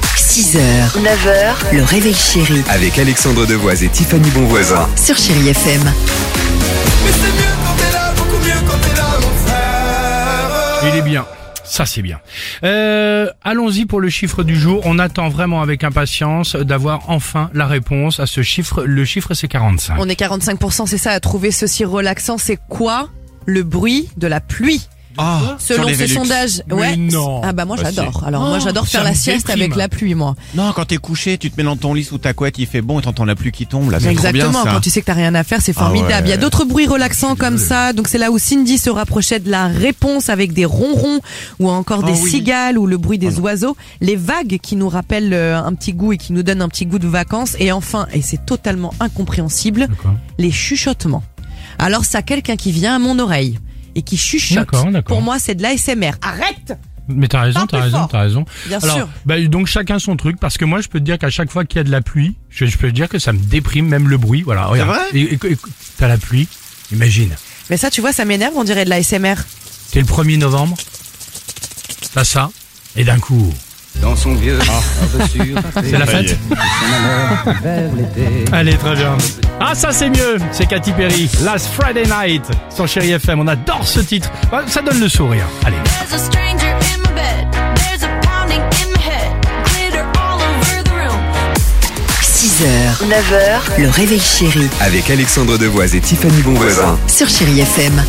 6h, 9h, le réveil chéri Avec Alexandre Devoise et Tiffany Bonvoisin. sur Chéri FM. Mais c'est mieux quand t'es là, beaucoup mieux quand t'es là, mon frère. Il est bien. Ça, c'est bien. Euh, Allons-y pour le chiffre du jour. On attend vraiment avec impatience d'avoir enfin la réponse à ce chiffre. Le chiffre, c'est 45. On est 45%, c'est ça, à trouver ceci relaxant. C'est quoi le bruit de la pluie Ah, Selon ce sondage, Mais ouais. non. Ah bah moi j'adore. Alors moi j'adore ça faire me la sieste déprime. avec la pluie, moi. Non, quand t'es couché, tu te mets dans ton lit sous ta couette, il fait bon et t'entends la pluie qui tombe. Là, c'est trop bien, Exactement. ça. Ah Quand tu sais que t'as rien à faire, c'est formidable. ouais. Il y a d'autres bruits relaxants comme ça. Donc c'est là où Cindy se rapprochait de la réponse avec des ronrons ou encore des Ah oui. Ah cigales ou le bruit des oiseaux, les vagues qui nous rappellent euh, un petit goût et qui nous donnent un petit goût de vacances. Et enfin, et c'est totalement incompréhensible, D'accord. les chuchotements. Alors ça, quelqu'un qui vient à mon oreille et qui chuchote. D'accord, d'accord. Pour moi, c'est de l'ASMR. Arrête, Mais t'as raison, Parle t'as plus raison, fort. t'as raison. Ah, bien Alors, sûr. bah, donc chacun son truc, parce que moi, je peux te dire qu'à chaque fois qu'il y a de la pluie, je, je peux te dire que ça me déprime, même le bruit. Voilà. regarde. vrai Et- et- et- T'as la pluie. Imagine. Mais ça, tu vois, ça m'énerve. On dirait de l'ASMR. C'est le 1er novembre. T'as ça. Et d'un coup. dans son vieux C'est la fête. Allez, très bien. Ah, ça c'est mieux. C'est Katy Perry. Last Friday Night sur Chéri FM. On adore ce titre. Bah, Ça donne le sourire. Allez. There's a stranger in my bed. There's a pounding in my head. Glitter all over the room. 6h, 9h, le réveil chéri Avec Alexandre Devoise et Tiffany Bonvoisin. sur Chéri FM.